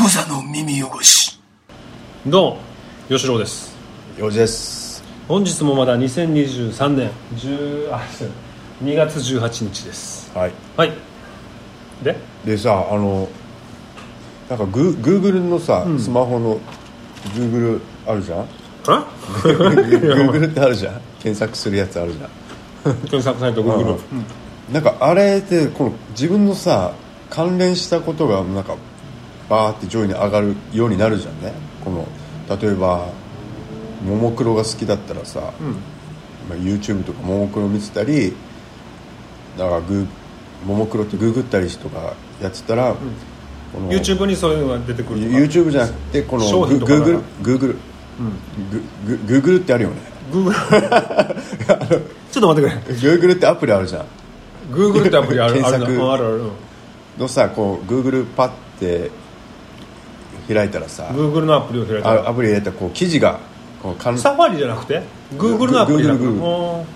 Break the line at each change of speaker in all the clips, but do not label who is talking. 無座の耳汚し
どうも吉郎です
よじです
本日もまだ2023年10あすいません2月18日です
はい
はいで
でさあのなんかグーグーグルのさ、スマホのグーグルあるじ ゃん
あ
グーグルってあるじゃん検索するやつあるじゃん
検索サイト Google うん
なんかあれってこの自分のさ関連したことがなんかバーって上位に上がるようになるじゃんねこの例えばももクロが好きだったらさ、まあ、YouTube とかももクロ見てたりなんかグーももクロってググったりとかやってたら、この
YouTube にそういうのが出てくるとか
YouTube じゃなくてこの
商品とか
Google Google、ググ Google ってあ るよね
Google ちょっと待ってく
Google ってアプリあるじゃん
れ Google ってアプリあるあ
検
るな
索
うんあるあるうん
のさこう Google パッて開いたらさ
Google のアプリを開いた
あアプリ入れたらこう記事がこう簡
サファリじゃなくて Google のアプリだから
Google
おー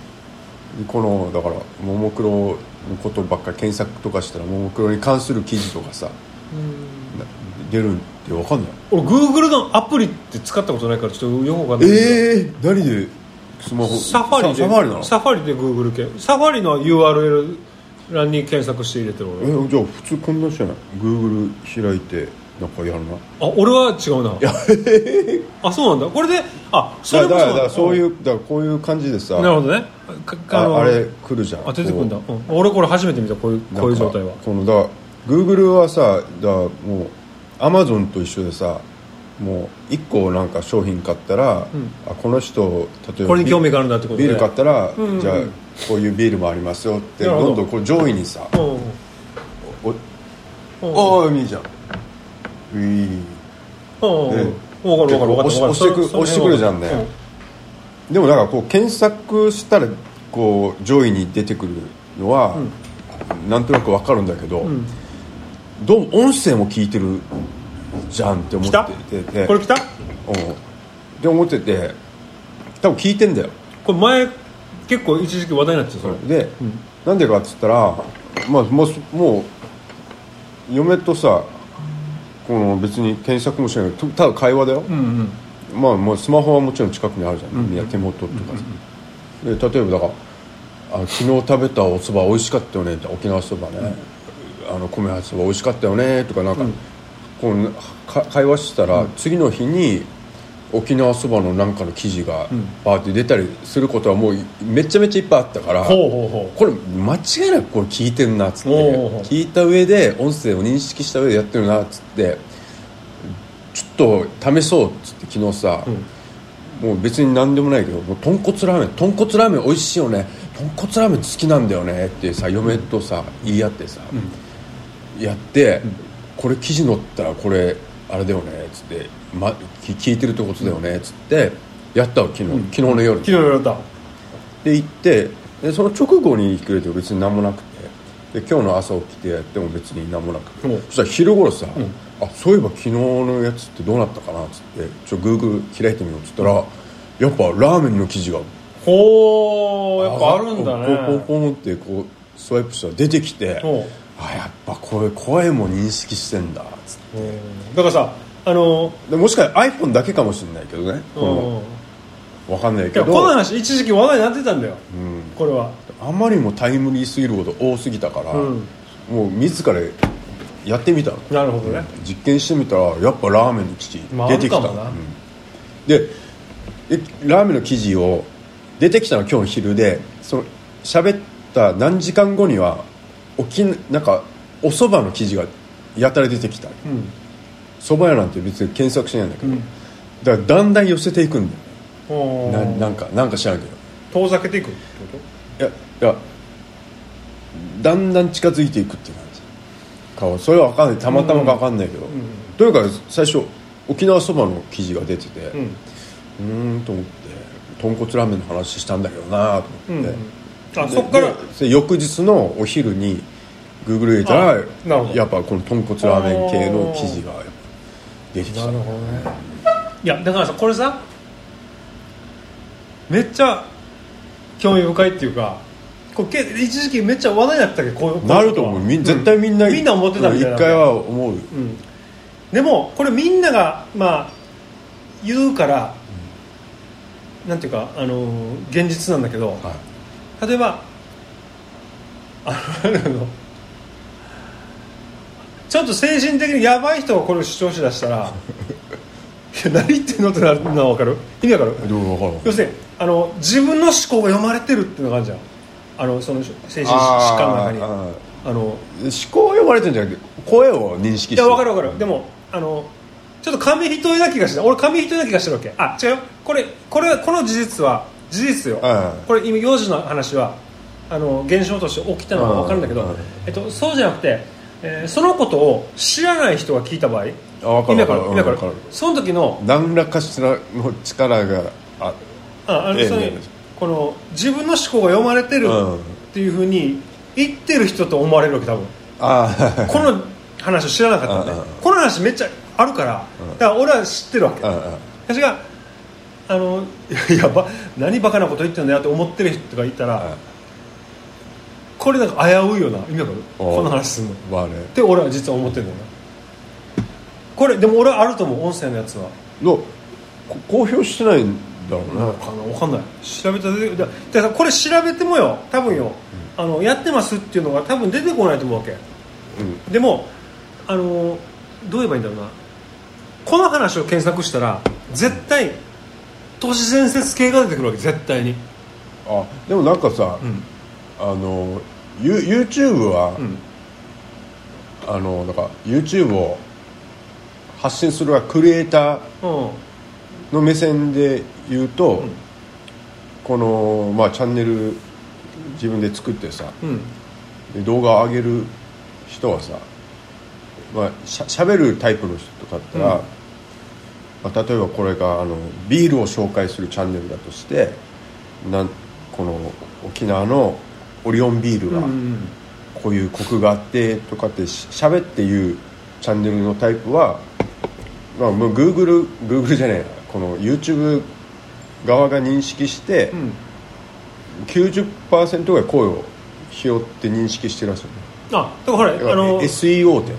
このだからももクロのことばっか検索とかしたらももクロに関する記事とかさな出るって分かんない
俺 Google のアプリって使ったことないからちょっとよくわかんないけど
ええー、何でスマホ
サファリで
サファリなの
サファリで Google 系サファリの URL 欄に検索して入れてる
え
俺
じゃあ普通こんなじゃない Google 開いてなんかやるな
あ俺は違うなあそうなんだこれであそれ
だ
も
からだ
う
からそういううだからこういう感じでさ
なるほどねかかの
ああれ来るじゃん
あ出てくんだ、
こ
うん俺これ初めて見たこういう
う
こういう状態は
なんかこのだから Google はさだからもう Amazon と一緒でさもう1個なんか商品買ったら、あこの人例えば
これに興味があ
る
るんだってことで
ビール買ったら、
んうん
じゃあこういうビールもありますよって
なるほど
どんどんこう上位にさ
うんうん
お
うん
おーいいじゃんう
う
い
んうん
ね
分かる分かる分かる
押し押してく
それ
押してくるじゃんねでもなんかこう検索したらこう上位に出てくるのは、なんとなくわかるんだけど、
ん
どう音声も聞いてるじゃんって思
来
って
た
てて
これ来た
うんで思ってて多分聞いてんだよ
これ前結構一時期話題になってたそれ
で、なんでかっつったら、まあ、もうもう嫁とさこの別に検索もしないけどたただ会話だよ、
うんうん
まあ、もうスマホはもちろん近くにあるじゃん、いや手元とかさ、で例えばだからあ「昨日食べたおそば美味しかったよね」って沖縄そばね、あの米八そば美味しかったよね」とかなんか、こうか会話してたら、次の日に沖縄そばのなんかの記事がバーって出たりすることはもうめちゃめちゃいっぱいあったから。
ほうほうほう
これ間違いなくこれ聞いてんなっつって
おうおうおう
聞いた上で音声を認識した上でやってるなっつってちょっと試そうっつって昨日さ、もう別に何でもないけどもう豚骨ラーメン豚骨ラーメン美味しいよね豚骨ラーメン好きなんだよねってさ嫁とさ言い合ってさ、やって、これ記事載ったらこれあれだよねっつって、ま、聞聞いてるってことだよねっつってやったわ昨日、昨日の夜
昨日言われた
で行ってでその直後に来ると別に何もなくてで今日の朝起きてやっても別に何もなくて、
うん
そしたら昼頃さ、あそういえば昨日のやつってどうなったかなっつってちょグーグル開いてみようっつったらやっぱラーメンの記事が
ほうやっぱあるんだ
ポン
ね
ポンポンってこうスワイプしたら出てきて
ほう
あやっぱこれ声も認識してんだっつって
うんだからさあの
でもしかしたら iPhone だけかもしれないけどね
う
こ
ん
のわかんない
い
け
やこの
ど
話一時期話題になってたんだよこれは
あまりにもタイムリーすぎるほど多すぎたから、
うん
もう自らやってみたの
なるほどね
実験してみたらやっぱラーメンの記事
まあ
出てきた、
あるかもな
うんでえラーメンの記事を出てきたの今日の昼でその喋った何時間後にはおきなんかお蕎麦の記事がやたら出てきた
うん
蕎麦屋なんて別に検索しないんだけど、
うん
だからだんだん寄せていくんだ
お
よ、な
ー
なんかなんか知らんけど
遠ざけていくってこ
いやいやだんだん近づいていくって感じ顔それは分かんないたまたまか分かんないけど、というか最初沖縄そばの記事が出てて
とうん
うーんと思って豚骨ラーメンの話したんだけどなと思って、
あ
で
そっから
でで翌日のお昼にグーグル入れた
あなるほ
ら
ど
やっぱこの豚骨ラーメン系の記事が出てきた
なるほどねいやだからさこれさめっちゃ興味深いっていうかこれけ一時期めっちゃ話題になってたけどこういうこい
な
こは
ると思うみ絶対みんな、
みんな思ってたみたいな
一回は思う
う
よ
んでもこれみんながまあ言うから、なんていうかあのー現実なんだけど、
は
例えばあのあのちょっと精神的にやばい人がこれを主張しだ したらいや何言ってんのってなるのは分かる意味分かる
いどうも分か
要
る
するにあの自分の思考が読まれてるっていうのがあるじゃんあのその精神疾
あー
患の中にあ
あー
の
思考を読まれてるんじゃなくて声を認識して
いや分かる分かるでもあのちょっと紙一重な気がして俺紙一重な気がしてるわけあ違うよこれこれこの事実は事実よ
うん
これ今幼児の話はあの現象として起きたのは分かるんだけ
うんう
ど
ん、
えっと、そうじゃなくて、えーそのことを知らない人が聞いた場合
あ分か
今
る
から
分か
今
る
か
分
ら
かる
その時の
何らかしらの力があ
ああの
ええ
その
ええ
この自分の思考が読まれてる
うん
っていうふうに言ってる人と思われるわけ多分。
あ
この話を知らなかった
うんんうん
でこの話めっちゃあるからだから俺は知ってるわけ
あうんうん
私があのい やば何バカなこと言ってんだよって思ってる人がいたら
うん
これなんか危ういよな意味わかる
おう
この話すんのっ
まあね
て俺は実は思ってるんだよなこれでも俺はあると思う音声のやつは
のこ公表してないんだろうな、
わかんないわかんない調べたら出てだだからこれ調べてもよ多分よあのやってますっていうのが多分出てこないと思うわけ
うん
でもあのどう言えばいいんだろうなこの話を検索したら絶対都市伝説系が出てくるわけ絶対に、
あでもなんかさ、
うん
あのユ YouTube は、
うん
あのなんか YouTube を発信するはクリエイター
うん
の目線で言うと、
ん
この、まあ、チャンネル自分で作ってさ
うん
で動画を上げる人はさ、まあ、しゃしゃべるタイプの人だったら、
うん
まあ、例えばこれがあのビールを紹介するチャンネルだとしてなんこの沖縄のオリオンビール
う
が。
んうん
こういうコクがあってとかってししゃべっていうチャンネルのタイプは、まあ、もう Google, Google じゃないなこの YouTube 側が認識して、
うん
90%が声を拾って認識してらっしゃ
あだから
る
ほらあの
SEO ってや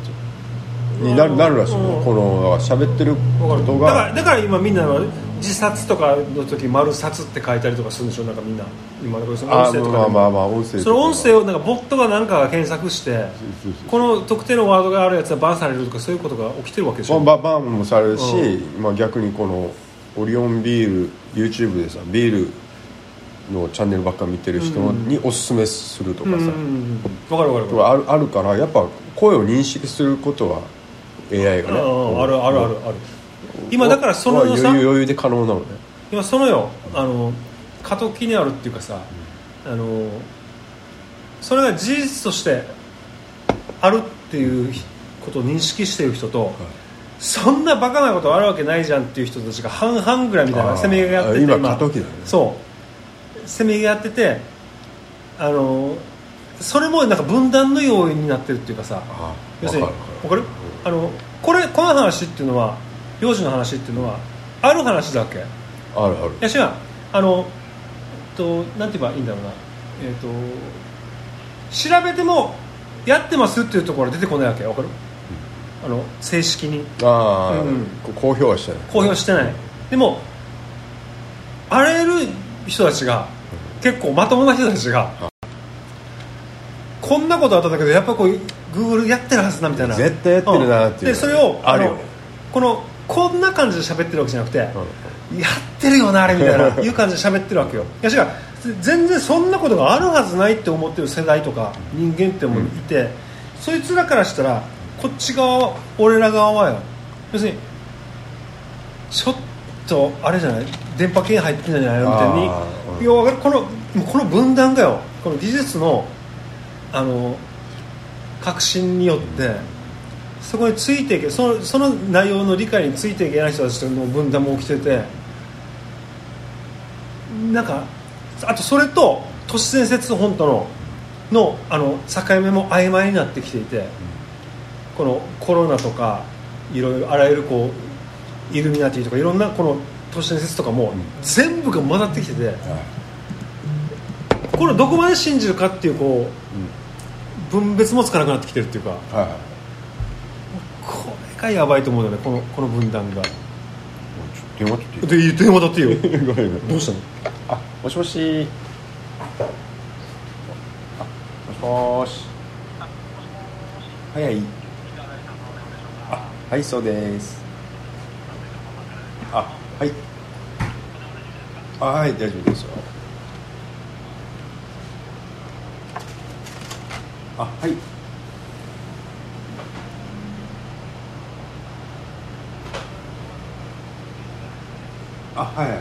つになるなるらしいよ
うん
この喋ってる
わか
こ
る
と
だから
が
だから今みんなは自殺とかの時「丸殺」って書いたりとかするんでしょなんかみんな今だからその音
あ
声とかでも
まあまあまあ音声
その音声
を
をなんかボットがなんかが検索して
そうそう
この特定のワードがあるやつはバンされるとかそういうことが起きてるわけでし
バ
ょ
ンバンバンもされるし、
う
まあ、逆にこのオリオンビール YouTube でさビールのチャンネルばっか見てる人におすすめするとか
うん
さ、
うんうんわかるわかるわかる
とかあるあるからやっぱ声を認識することは AI がね
うんあるあるあるある今
うん
だからその
は
さ
余裕余裕で可能なのね
今そのよあの過渡期にあるっていうかさあのそれが事実としてあるっていうことを認識している人と、そんなバカなことあるわけないじゃんっていう人たちが半々ぐらいみたい
あ
な
ー
せめぎ合いやってて
今過渡期だね
そうせめぎ合いやっててあのそれもなんか分断の要因になってるっていうかさ
あ
要するに
わ
わ
かる
かるあのこれこの話っていうのは幼児の話っていうのはある話だわけい
あるある
やしはあのえっとなんて言えばいいんだろうなえっと調べてもやってますっていうところは出てこないわけわかるあの正式に
ああ、
うん
こ公表はしてない
公表してないでもあらゆる人たちが結構まともな人たちがこんなことあったんだけどやっぱこう Google やってるはずだみたいな
絶対やってるなっていう、
んでそれを
あるよ
のこのこんな感じで喋ってるわけじゃなくて、
うん
やってるよなあれみたいな いう感じで喋ってるわけよいやしか全然そんなことがあるはずないって思ってる世代とか人間ってもいて、そいつらからしたらこっち側は俺ら側はよ要するにちょっとあれじゃない電波圏入ってんじゃないのみたいに
あーうん
いやわかるこのもうこの分断がよこの技術のあの革新によってそこについていけそのその内容の理解についていけない人たちとの分断も起きててなんかあとそれと都市伝説本とののあの境目も曖昧になってきていてこのコロナとかいろいろあらゆるこうイルミナティとかいろんなこの都市伝説とかも全部が混ざってきてて
はい
これをどこまで信じるかっていうこう分別もつかなくなってきてるっていうか
うんはいはい
これかやばいと思うよねこのこの分断が
電話取ってい
で電話だってよ
いごめんごめん
どうしたの
あもしもしあもしもし早いあはいそうですあはいあはい大丈夫ですよあはいあはい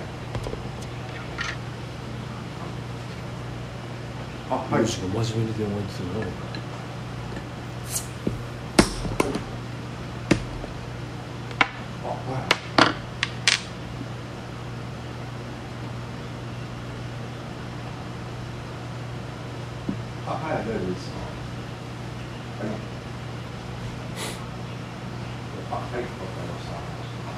あはい
むしろ真面目に電話にするの
あはいあはい大丈夫ですはいあはいわかりましたあ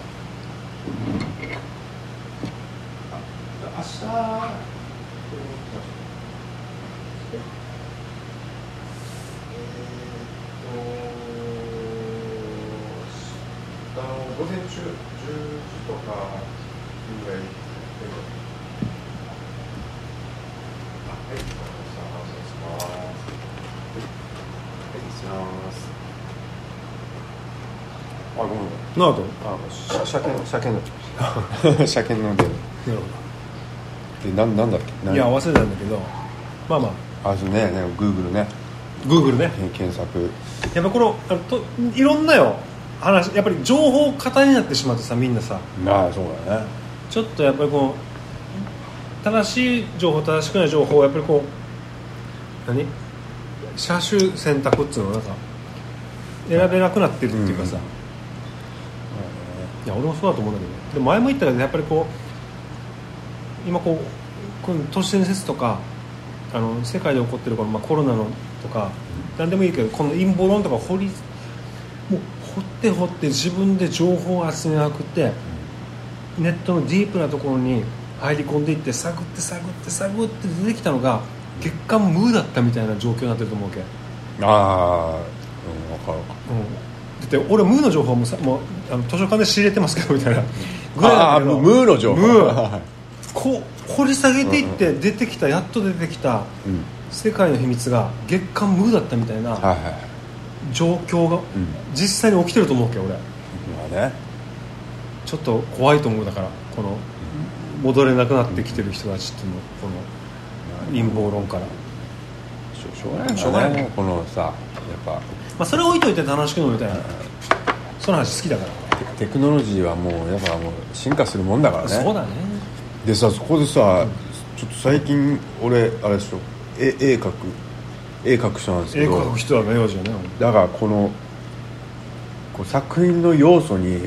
明日えーっと、明日の午前中10時とかぐらいで。あはい、わかりましたお願いします。はい、失礼します。あ、ごめんごめん。
なるほど
あ、車検、車検になっちゃいました。車検なんで。
なるほ
で、なん、なんだっけ。
ど
ない
や忘れたんだけどまあまあ
あ、そうね、ね、グーグルね、
グーグルね
検索。
やっぱこのあのといろんなよ話やっぱり情報型になってしまってさみんなさ
あ、そうだね。
ちょっとやっぱりこの正しい情報正しくない情報をやっぱりこう何車種選択っていうのをなんか選べなくなってるっていうかさ、
うん
いや俺もそうだと思うんだけどでも前も言ったけどやっぱりこう今こうこの都市伝説とかあの世界で起こってるこの、まあ、コロナのとか何でもいいけどこの陰謀論とか掘りもう掘って掘って自分で情報を集めなくてネットのディープなところに入り込んでいって探って探って探って出てきたのが月間無だったみたいな状況になってると思うわけ
ああ、うん、わかるわかる。
だって俺ムーの情報もさもうあの図書館で仕入れてますけどみたいなぐらい
あ
だ
あ
けど
ムムーの情報
ムー
は
こう掘り下げていって出てきたやっと出てきた
いうん
世界の秘密が月間ムーだったみたい
は
ない
はい
状況が
うん
実際に起きてると思うけど俺
まあね
ちょっと怖いと思うだからこの戻れなくなってきてる人たちっていうのこの陰謀論から、ま
しょしょうがない
しょうがない
ねこのさやっぱ
あ、それ置いといて楽しく飲みたいなその話好きだから、
テテクノロジーはもうやっぱもう進化するもんだからね
そうだね
でさそこでさちょっと最近俺あれでしょ絵絵描く絵描く人なんですけ
英
ど
語書く人は名字よね
だからこのこう作品の要素に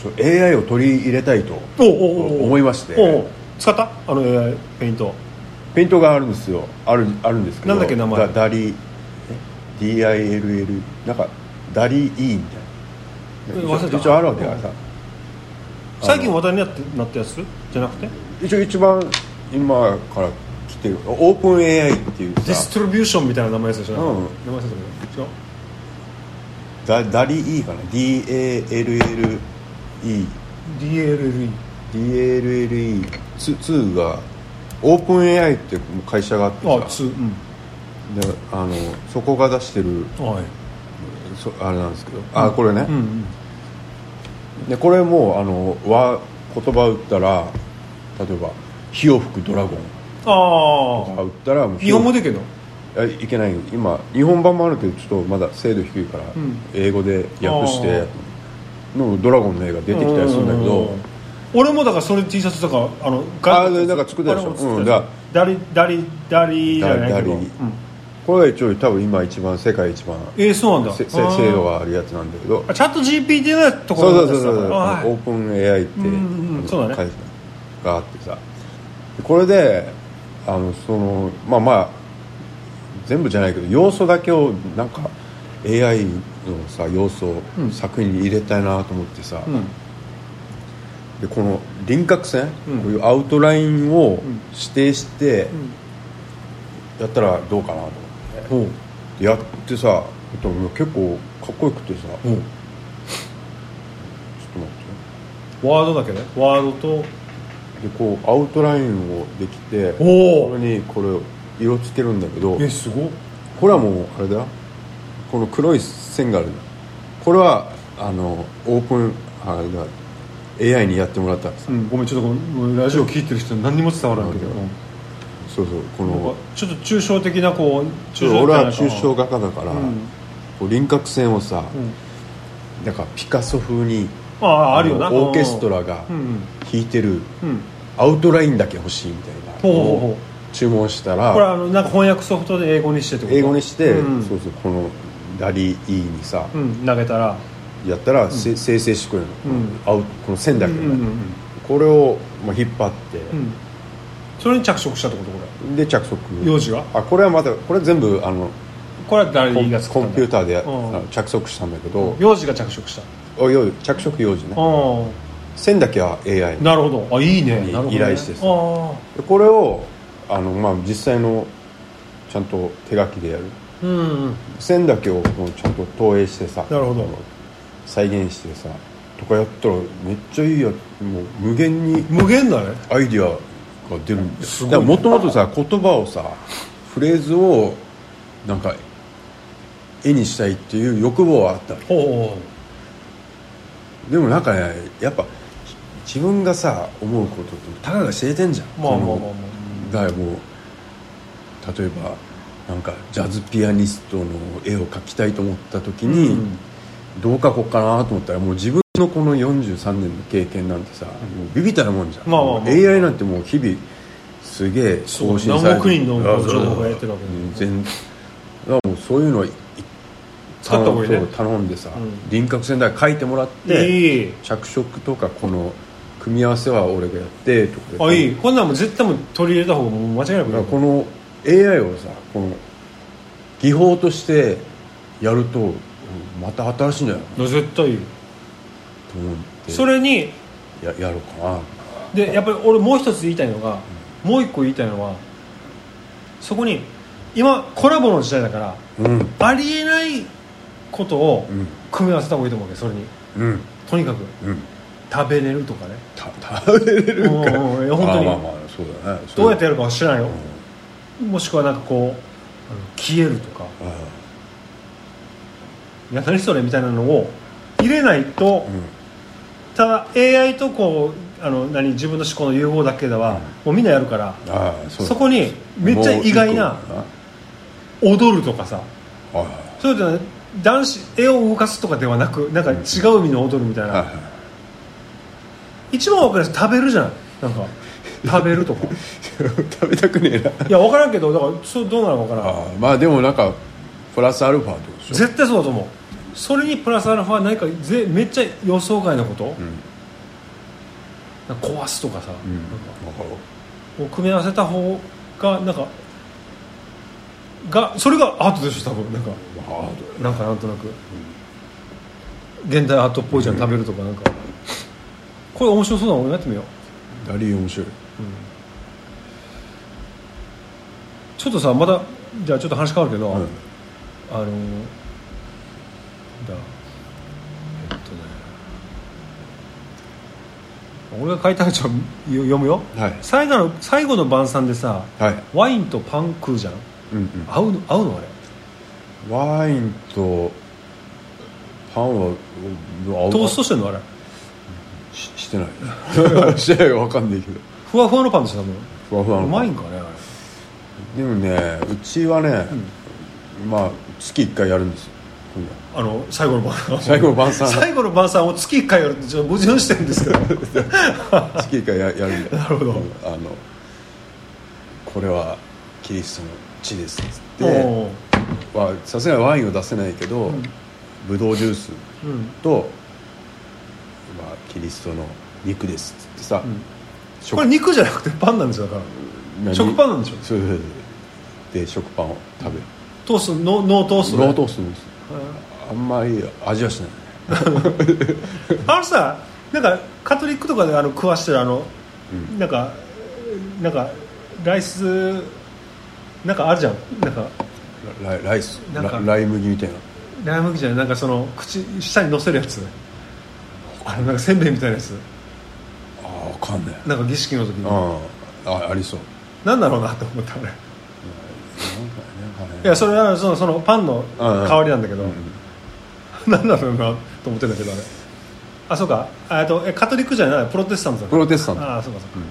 ちょ AI を取り入れたいと
おうおうおう
思いまして
おうおう使ったあの AI ペイント
ペイントがあるんですよあるあるんですけど
なんだっけ名前
だダリえ DILL なんかダリ E みたいな
うん忘れた
一応あるわけだからさ
最近話題になってなったやつじゃなくて
一応一番今から来てるオープン AI っていう
ディス
さ
トリビューションみたいな名前ですよ、
うん
名前ですよ違う
ダダリ E かな DALLE
DLLE
DALLE2 がオープン AI って会社があって
あ
さ
つうん
であのそこが出してる
はい
そあれなんですけどあこれね、
うんうん
でこれもあの和言葉打ったら例えば「火を吹くドラゴン
あ」あ
打ったらもう
日本語
で
でけど
いけない今日本版もあるけどちょっとまだ精度低いから、
ん
英語で訳してのドラゴンの映画出てきたりするんだけど、
う俺もだからそれ T シャツとかあの
あでなんか作ったでし
あれ
ょ
も作っ
うん
た
だ
ダリダリダリじゃないけど、
ダ
う
リ
ん、
これが一応多分今一番世界一番
えー、そうなんだ
せせ
あー
精度があるやつなんだけど
あチャット GPT のとこ
そう
ろ
そうそうそ
な
う
んですかあー
オープン AI って
うんうんうんそうだね
会社があってさこれであのそのまあまあ全部じゃないけど要素だけをなんか AI のさ要素を
うん
作品に入れたいなと思ってさ、
うん
でこの輪郭線、
うん
こういうアウトラインを
ん
指定してやったらどうかなと思
ほ
って、
う
やってさでも結構かっこよくてさ、
ほうワードだけねワードと
でこうアウトラインをできてこ
お
こ
お
にこれを色つけるんだけど
えすごっ
これはもうあれだよこの黒い線があるこれはあのオープンあれだ AI にやってもらったんです
うん、ごめんちょっとごめんもうラジオ聞いてる人何にも伝わらんけど、
うん
うん
そうそうこ
なんか
の
ちょっと抽象的なこう
ち
抽象的
ょっと俺
な
は抽象画家だから、
うん
こう輪郭線をさ、
うん
なんかピカソ風に
あああるよな
あのオーケストラが
うん
弾いて
う
る
んうん
アウトラインだけ欲しいみたいな
ほうほうほう
こう注文した
これ
ら
あのなんか翻訳ソフトで英語にしてってこと
英語にして、
うん
そうそうこのダリーにさ、
うん、投げたら
やったらせ生成してくれる
うん
の、アウこの線だけ
う
ど
ん
ね、
うんうん
これをまあ引っ張って、
うんうんそれに着色したってことこれ
で着色
幼児が
あこれはまたこれ全部あの
これは誰
コン
が作
コ
ったんだ
ンピューターで、
うん
あの着色したんだけど、
幼児が着色した
およ着色幼児ね、
あ
線だけは AI
あなるほどあいいね
に
なるほどね
依頼してさ
ああ
でこれをあの、まあ、実際のちゃんと手書きでやる
うんうん
線だけをもうちゃんと投影してさ
なるほど
再現してさとかやったらめっちゃいいやもう無限に
無限だね
アイディアが出るんだよ
すごい
だからもともとさ言葉をさフレーズをなんか絵にしたいっていう欲望はあった
ほうほ
でもなんかねやっぱ自分がさ思うことってたかが知れてんじゃん
うまあまあまあ
そ
ま
の
あ
だからもう例えばなんかジャズピアニストの絵を描きたいと思った時に、
うん
どう描こうかなと思ったらもう自分のこの43年の経験なんてさ、もうビビったらもんじゃん、
まあまあまあ
もう AI なんてもう日々すげえ更新されて
そう何億人の情報がやってるわけだ
うん全だからもうそういうのをい
使った方がいいね
そう頼んでさ、
うん
輪郭線だけ描いてもらって
いい
着色とかこの組み合わせは俺がやってとか
あいいこんなんもう絶対もう取り入れた方がもう間違いなく
だ
いい
からこの AI をさこの技法としてやるとうんまた新しいんじゃない
い
か
や絶対いい
なと思って
それに
ややろうかな
でやっぱり俺もう一つ言いたいのが、もう一個言いたいのはそこに今コラボの時代だから
うん
ありえないことを
うん
組み合わせた方がいいと思うわけそれに
うん
とにかく
うん
食べれるとかね
た食べれるか
うんうんいや本当に
あまあまあそうだねそれ
どうやってやるかは知らないよ、もしくはなんかこうあの消えるとか
うん
いや何それみたいなのを入れないと、ただ AI とこうあの何自分の思考の融合だけでは、もうみんなやるから
うんああ
そ
そうだ
こにめっちゃ意外な
もう一個か
踊るとかさ
なはいはい
そうじゃない男子絵を動かすとかではなくなんか違う意味の踊るみたいな、
はい はい
一番分かりやすい食べるじゃないなんか食べると か
食べたくねえない
や分からんけどだからそうどうなのか分からん
ああまあでもなんかプラスアルファってことでしょ
絶対そうだと思うそれにプラスアルファ何かぜめっちゃ予想外のこと、
うん
なんか壊すとかさ、
うん
なんか
わかる
こう組み合わせた方がなんかがそれがアートでしょ多分なんか
わかる
なんかなんとなく、現代アートっぽいじゃん、食べるとかなんかこれ面白そうなの俺もやってみよう
ダリー面白い
ちょっとさまたじゃあちょっと話変わるけど、
うん
あのだえっとね俺が書いたのちょっと よ読むよ
はい
最後の最後の晩餐でさ
はい
ワインとパン食うじゃん
うんうん
合うの合うのあれ
ワインとパンは合
トーストしてんのあれ
ししてないしてないか 分かんないけど
ふわふわのパンでしょ多
ふわふわ
分
の
うまいんかねあれ
でもねうちはね、まあ月1回やるんですよ今度は
あの最後の晩餐
最後の晩 餐
最後の晩餐を月1回やるってちょっと矛盾してるんですけど
月1回ややるんだ
なるほど
あのこれはキリストの血ですっつっ
お
て
う
まあさすがにワインを出せないけど、ブドウジュース
うん
と、まあ、キリストの肉ですっつってさ、
ん
食
これ肉じゃなくてパンなんですよだから
何
食パンなんでしょ
そうそうそうで食パンを食べる
トーストノノートーストね
ノートーストですあんまり味はしない
あのさなんかカトリックとかであの食わしてるあの、なんかなんかライスなんかあるじゃんなんか
ラライライス
なんか
ラライ麦みたいな
ライ麦じゃないなんかその口下にのせるやつあのなんかせんべいみたいなやつ
分かんない
なんか儀式の時に
ああありそう
何だろうなと思った俺
なんかね
いやそれはそのそのパンの代わりなんだけど、何だろう なと思ってんだけどあれあそうかあえっとえカトリックじゃないプロテスタントだから
プロテスタント
あそうかそうか、
うん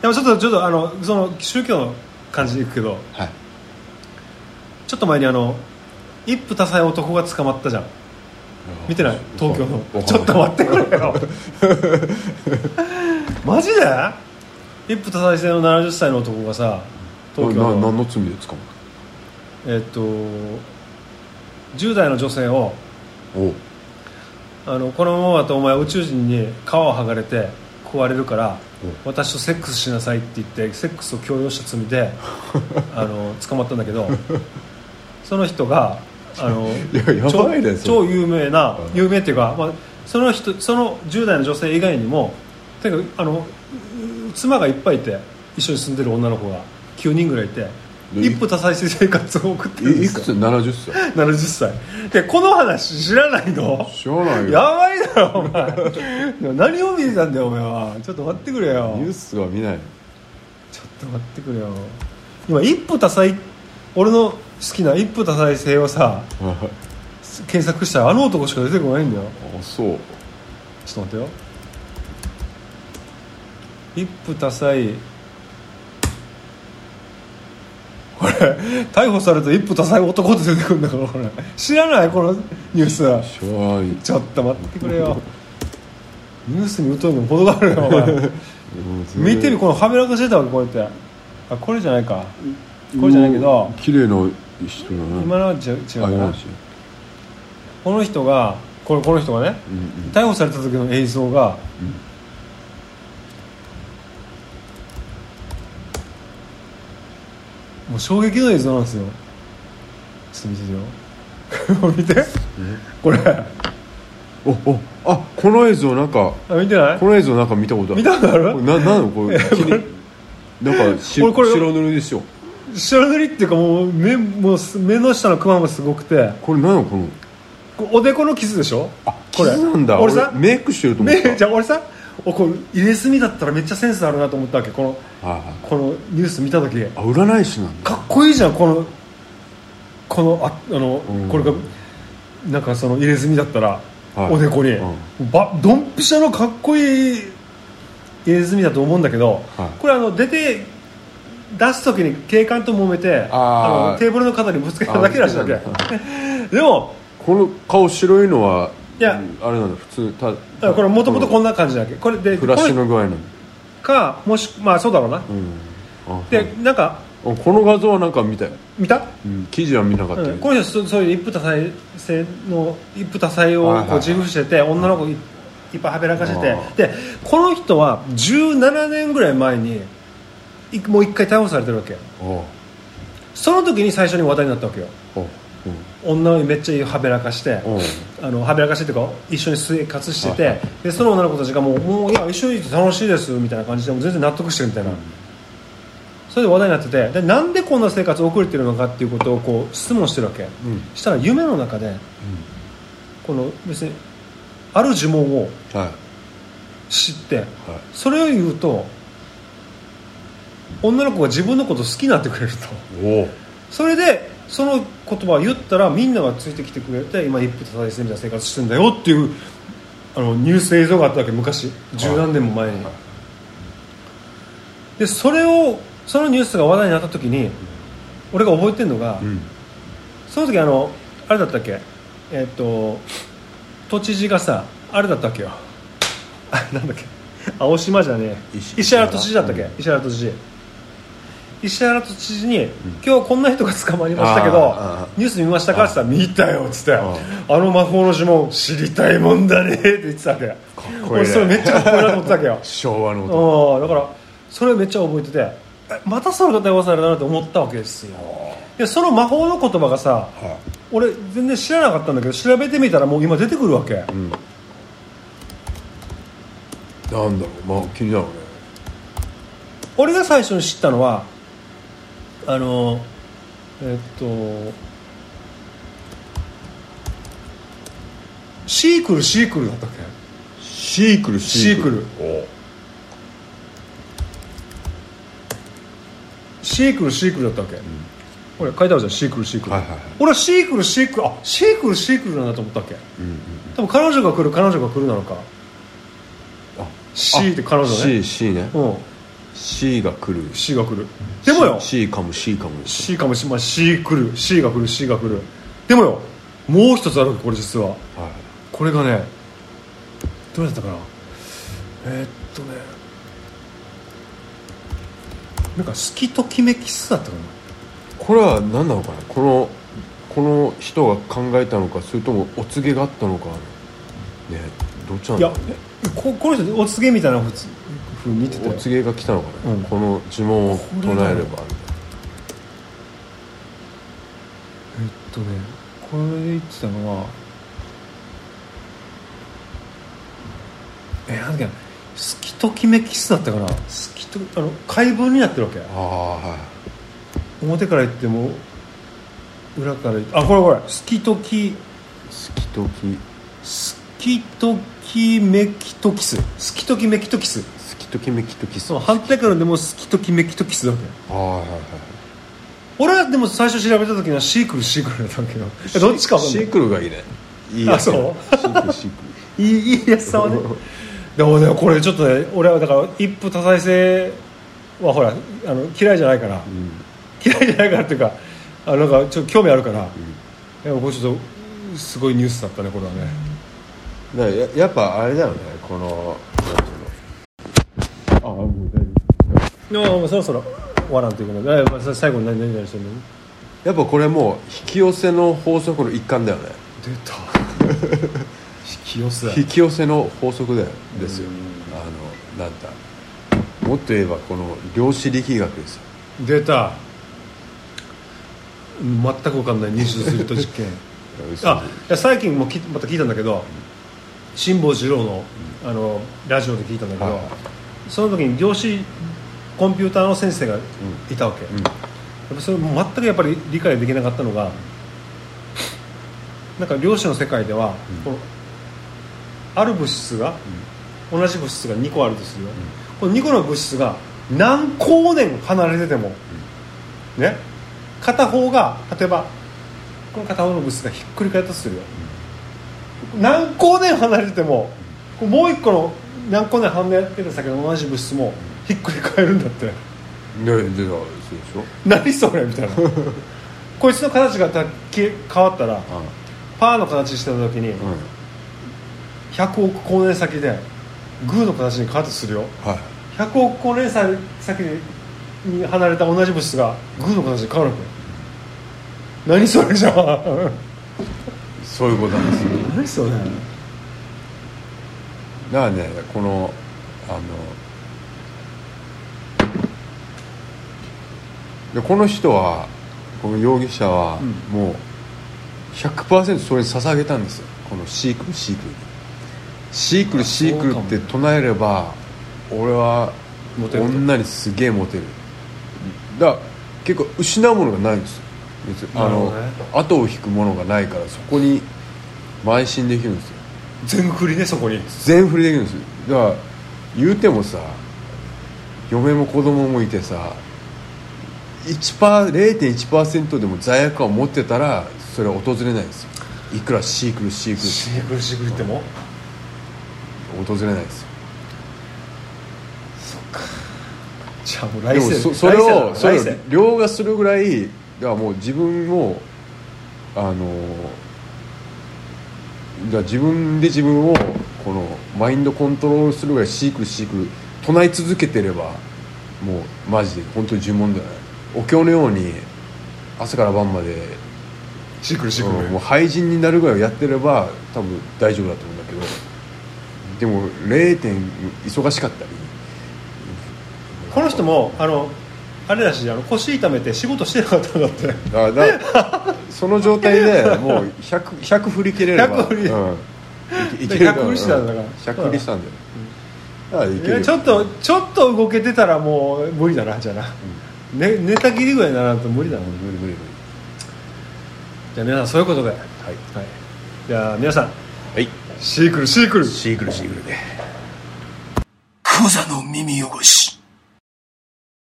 でもちょっとちょっとあのその宗教の感じでいくけど
はい
ちょっと前にあの一夫多妻男が捕まったじゃん見てない東京の
わかんない
ちょっと待ってくれよ マジで一夫多妻制の70歳の男がさ東京
なな
の
何の罪で捕ま
えっと10代の女性を
えおう
あのこのままだとお前宇宙人に皮を剥がれて食われるから
うん
私とセックスしなさいって言ってセックスを強要した罪 であの捕まったんだけどその人があの
いややばいねそれ
超超有名な
うん
有名っていうか、まあ、その人その10代の女性以外にもてかあのう妻がいっぱいいて一緒に住んでる女の子が9人ぐらいいて
で
一夫多妻制生活を送ってるん
い
で
い
す
く
よ
つ70歳
70歳でこの話知らないの
知らないよ
やばいだろお前何を見てたんだよお前はちょっと待ってくれよ
ニュースは見ない
ちょっと待ってくれよ今一夫多妻俺の好きな一夫多妻制をさ
あ
検索したらあの男しか出てこないんだよ
そう
ちょっと待ってよ一夫多妻これ逮捕された一夫多妻男って出てくるんだからこれ知らないこのニュース
知らない
ちょっと待ってくれよニュースに疎いのも程があるよお 前
うん全然
見てるこのはめらかしてたわけこうやってあこれじゃないかこれじゃないけど
うん綺麗な人だね
今のは違う違うか
あ今
な
のし
この人がこれこの人がね
うんうん
逮捕された時の映像が
うん
もう衝撃の映像なんですよちょっと見ててよ 見てこれ
おおあこの映像なんか
あ見てない
この映像なんか見たことある
見たことある
これななのこれ綺麗なんかし
これこれ
白塗りですよ
白塗りっていうかもう目もうす目の下のクマもすごくて
これなのこの
こおでこの傷でしょ
あ
これ
傷なんだ
俺さ
メイクしてると思っ
ね
た
じゃあ俺さおこれ入れ墨だったらめっちゃセンスあるなと思ったわけこの
はいはい
このニュース見た時
あ占い師なんだ
かっこいいじゃんこのこのああの、
うん
これがなんかその入れ墨だったら、
はい
おでこに、
う
ばドンピシャのかっこいい入れ墨だと思うんだけど、
はい
これあの出て出す時に警官と揉めて
あー
のテーブルの肩にぶつけた だけらしいわけ
あぶつけ
でも
この顔白いのはい
や
うんあれなんだ普通た
だからこれもともとこん
な
な感じだっけこれで
フラッシュ
こ
の具合なんだ
れかもしまあそうだろうな、
うんあ
でなんか
はいあこの画像はなんか見たよ
見た
うん記事は見なかった
う
け
ん、
ど
この人そそういう一夫多妻制の一夫多妻
はい
を
はい
こ
は
う
い
自負してて、女の子いいっぱいはべらかしてて
あー
でこの人は17年ぐらい前にいもう一回逮捕されてるわけ
あ
その時に最初に話題になったわけよ
あうん
女にめっちゃはべらかして
うん
あのはべらかしてとか一緒に生活して
はいは
てでその女の子たちがもうもういや一緒にいて楽しいですみたいな感じでもう全然納得してるみたいな、それで話題になっててでなんでこんな生活を送れてるのかっていうことをこう質問してるわけ
うんうん
したら夢の中でこの別にある呪文を
はいは
知って
い
それを言うと女の子が自分のこと好きになってくれると
おお
それでその言葉を言ったらみんながついてきてくれて今一夫多妻制みたいな生活してんだよっていうあのニュース映像があったわけ昔十何年も前に
はい
でそれをそのニュースが話題になった時に俺が覚えてるのが、
うん
その時あのあれだったっけえっ、と都知事がさあれだったっけよあなんだっけ青島じゃねえ
石
石原都知事だったっけ、
うん
石原都知事石原都知事に、今日こんな人が捕まりましたけ
あ
ど
ーあー
ニュース見ましたかって言ったら見たよっつって
あ
あの魔法の呪文知りたいもんだねって言ってたわけ
こいいね
俺それめっちゃかっこいいなと思ってたわけ よ
昭和の男
うんだからそれめっちゃ覚えててえまたそれが逮捕されたなって思ったわけですよでその魔法の言葉がさ
は
俺全然知らなかったんだけど調べてみたらもう今出てくるわけ
いうんなんだろうまあ気になるね
俺が最初に知ったのはあのえっとシークルシークルだったっけ
シークル
シークル
おう
シークルシークルだったわけ、これ書いてあるじゃんシークルシークル、
はいはいはい
俺はシークルシークルあシークルシークルなんだと思ったわけ
うんうん
多分彼女が来る彼女が来るなのか
あ
C って彼女ね
C, C ね
うん
C が来る
C が来るでもよ
C かも C かも
C かもしれない C 来る C が来る C が来るでもよもう一つあるわけこれ実は
はい
これがねどうやったかなえーっとねなんか「好きときめきす」だったかな
これは何なのかなこのこの人が考えたのかそれともお告げがあったのかねどっちなん
い
だ
や
ろうね
ここの人お告げみたいなふうに言ってた
お
よ
告げが来たのかな、
うん
この呪文を唱えれば
えっとねこれで言ってたのはえなんだっけな「好きときめきす」だったかな好きとあの解文になってるわけ
ああはい
表から言っても裏から言ってあこれこれ「好きとき
好きとき好
好きときめきとキス」「好きときめきとキス」
きときめきとき
そ
そうう
反対からでも「好きときめきとキス」だわけ
はいはいはい
俺はでも最初調べた時にはシークルシークルだったんだけどえどっちかわかん
シ
な
シ
い
ークルがいいねいいや
あ
つ
そう
シークルシーク
いいいい安さはねでもねこれちょっとね俺はだから一夫多妻制はほらあの嫌いじゃないから
ル、うん
嫌いじゃないからっていうかあのなんかちょっと興味あるから、でもこれちょっとすごいニュースだったねこれはね、
だからややっぱあれだよねこのなんていうのあもう大丈夫
でももうそろそろ終わらんということでえまあさ最後に何何何してんの
やっぱこれもう引き寄せの法則の一環だよね
出た 引き寄せ
引き寄せの法則だよですよあのなんだもっと言えばこの量子力学ですよ
出た全く分かんない認証すると実験あいや最近もきまた聞いたんだけど辛坊治郎のあのラジオで聞いたんだけど、
はい
その時に量子コンピューターの先生がいたわけ、
ん
やっぱそれも全くやっぱり理解できなかったのがなんか量子の世界では、このある物質が、同じ物質が2個あるとするよ、この2個の物質が何光年離れてても、ね片方が例えばこの片方の物質がひっくり返ったとするよ、何光年離れててもこうもう一個の何光年離れてた先の同じ物質もひっくり返るんだって
ねでだそうでしょ
何それみたいなこいつの形がたけ変わったら
あ
パーの形してた時に
うん
100億光年先でグーの形に変わったとするよ
はい
100億光年先先に離れた同じ物質がグーの形に変わるわけ何それじゃん
そういうことなんですよ
何それ
だからねこのあのでこの人はこの容疑者は
うん
もう100%それに捧げたんですよこのシークルシークルにシークルシークルって唱えれば俺は
モテると
女にすげえモテるだから結構失うものがないんですよ別にあの、
なる
後を引くものがないからそこに邁進できるんですよ
全振りねそこに
全振りできるんですよだから言うてもさ嫁も子供もいてさ1パー0.1%でも罪悪感を持ってたらそれは訪れないんですよいくらシークルシークル
しぐりしぐりっても
訪れないですよ
じゃあもう
で
来
も
世
そそれを
来世
そ
だ
れ
来
を
世
凌駕するぐらいだからもう自分をあのだから自分で自分をこのマインドコントロールするぐらいシークルシークル唱え続けてればもうマジで本当に呪文だよねお経のように朝から晩まで、
シークルシーク
うん
ル
もう廃人になるぐらいやってれば多分大丈夫だと思うんだけどでも0点忙しかったり
この人もあのあれだしあの腰痛めて仕事してなかったんだって
あだその状態でもう 100, 100振り切れれば
100振り
うんいい
100振りしたんだから
100振りしたんだよ、だからいけ
い
る
や
よ
ちょっとちょっと動けてたらもう無理だなじゃあな、ね、寝たきりぐらいにならんと無理だな
無理無理無理
じゃあ皆さんそういうことではい、はい、じゃあ皆さん
はい
シークルシークル
シークルシークルで
クザの耳汚し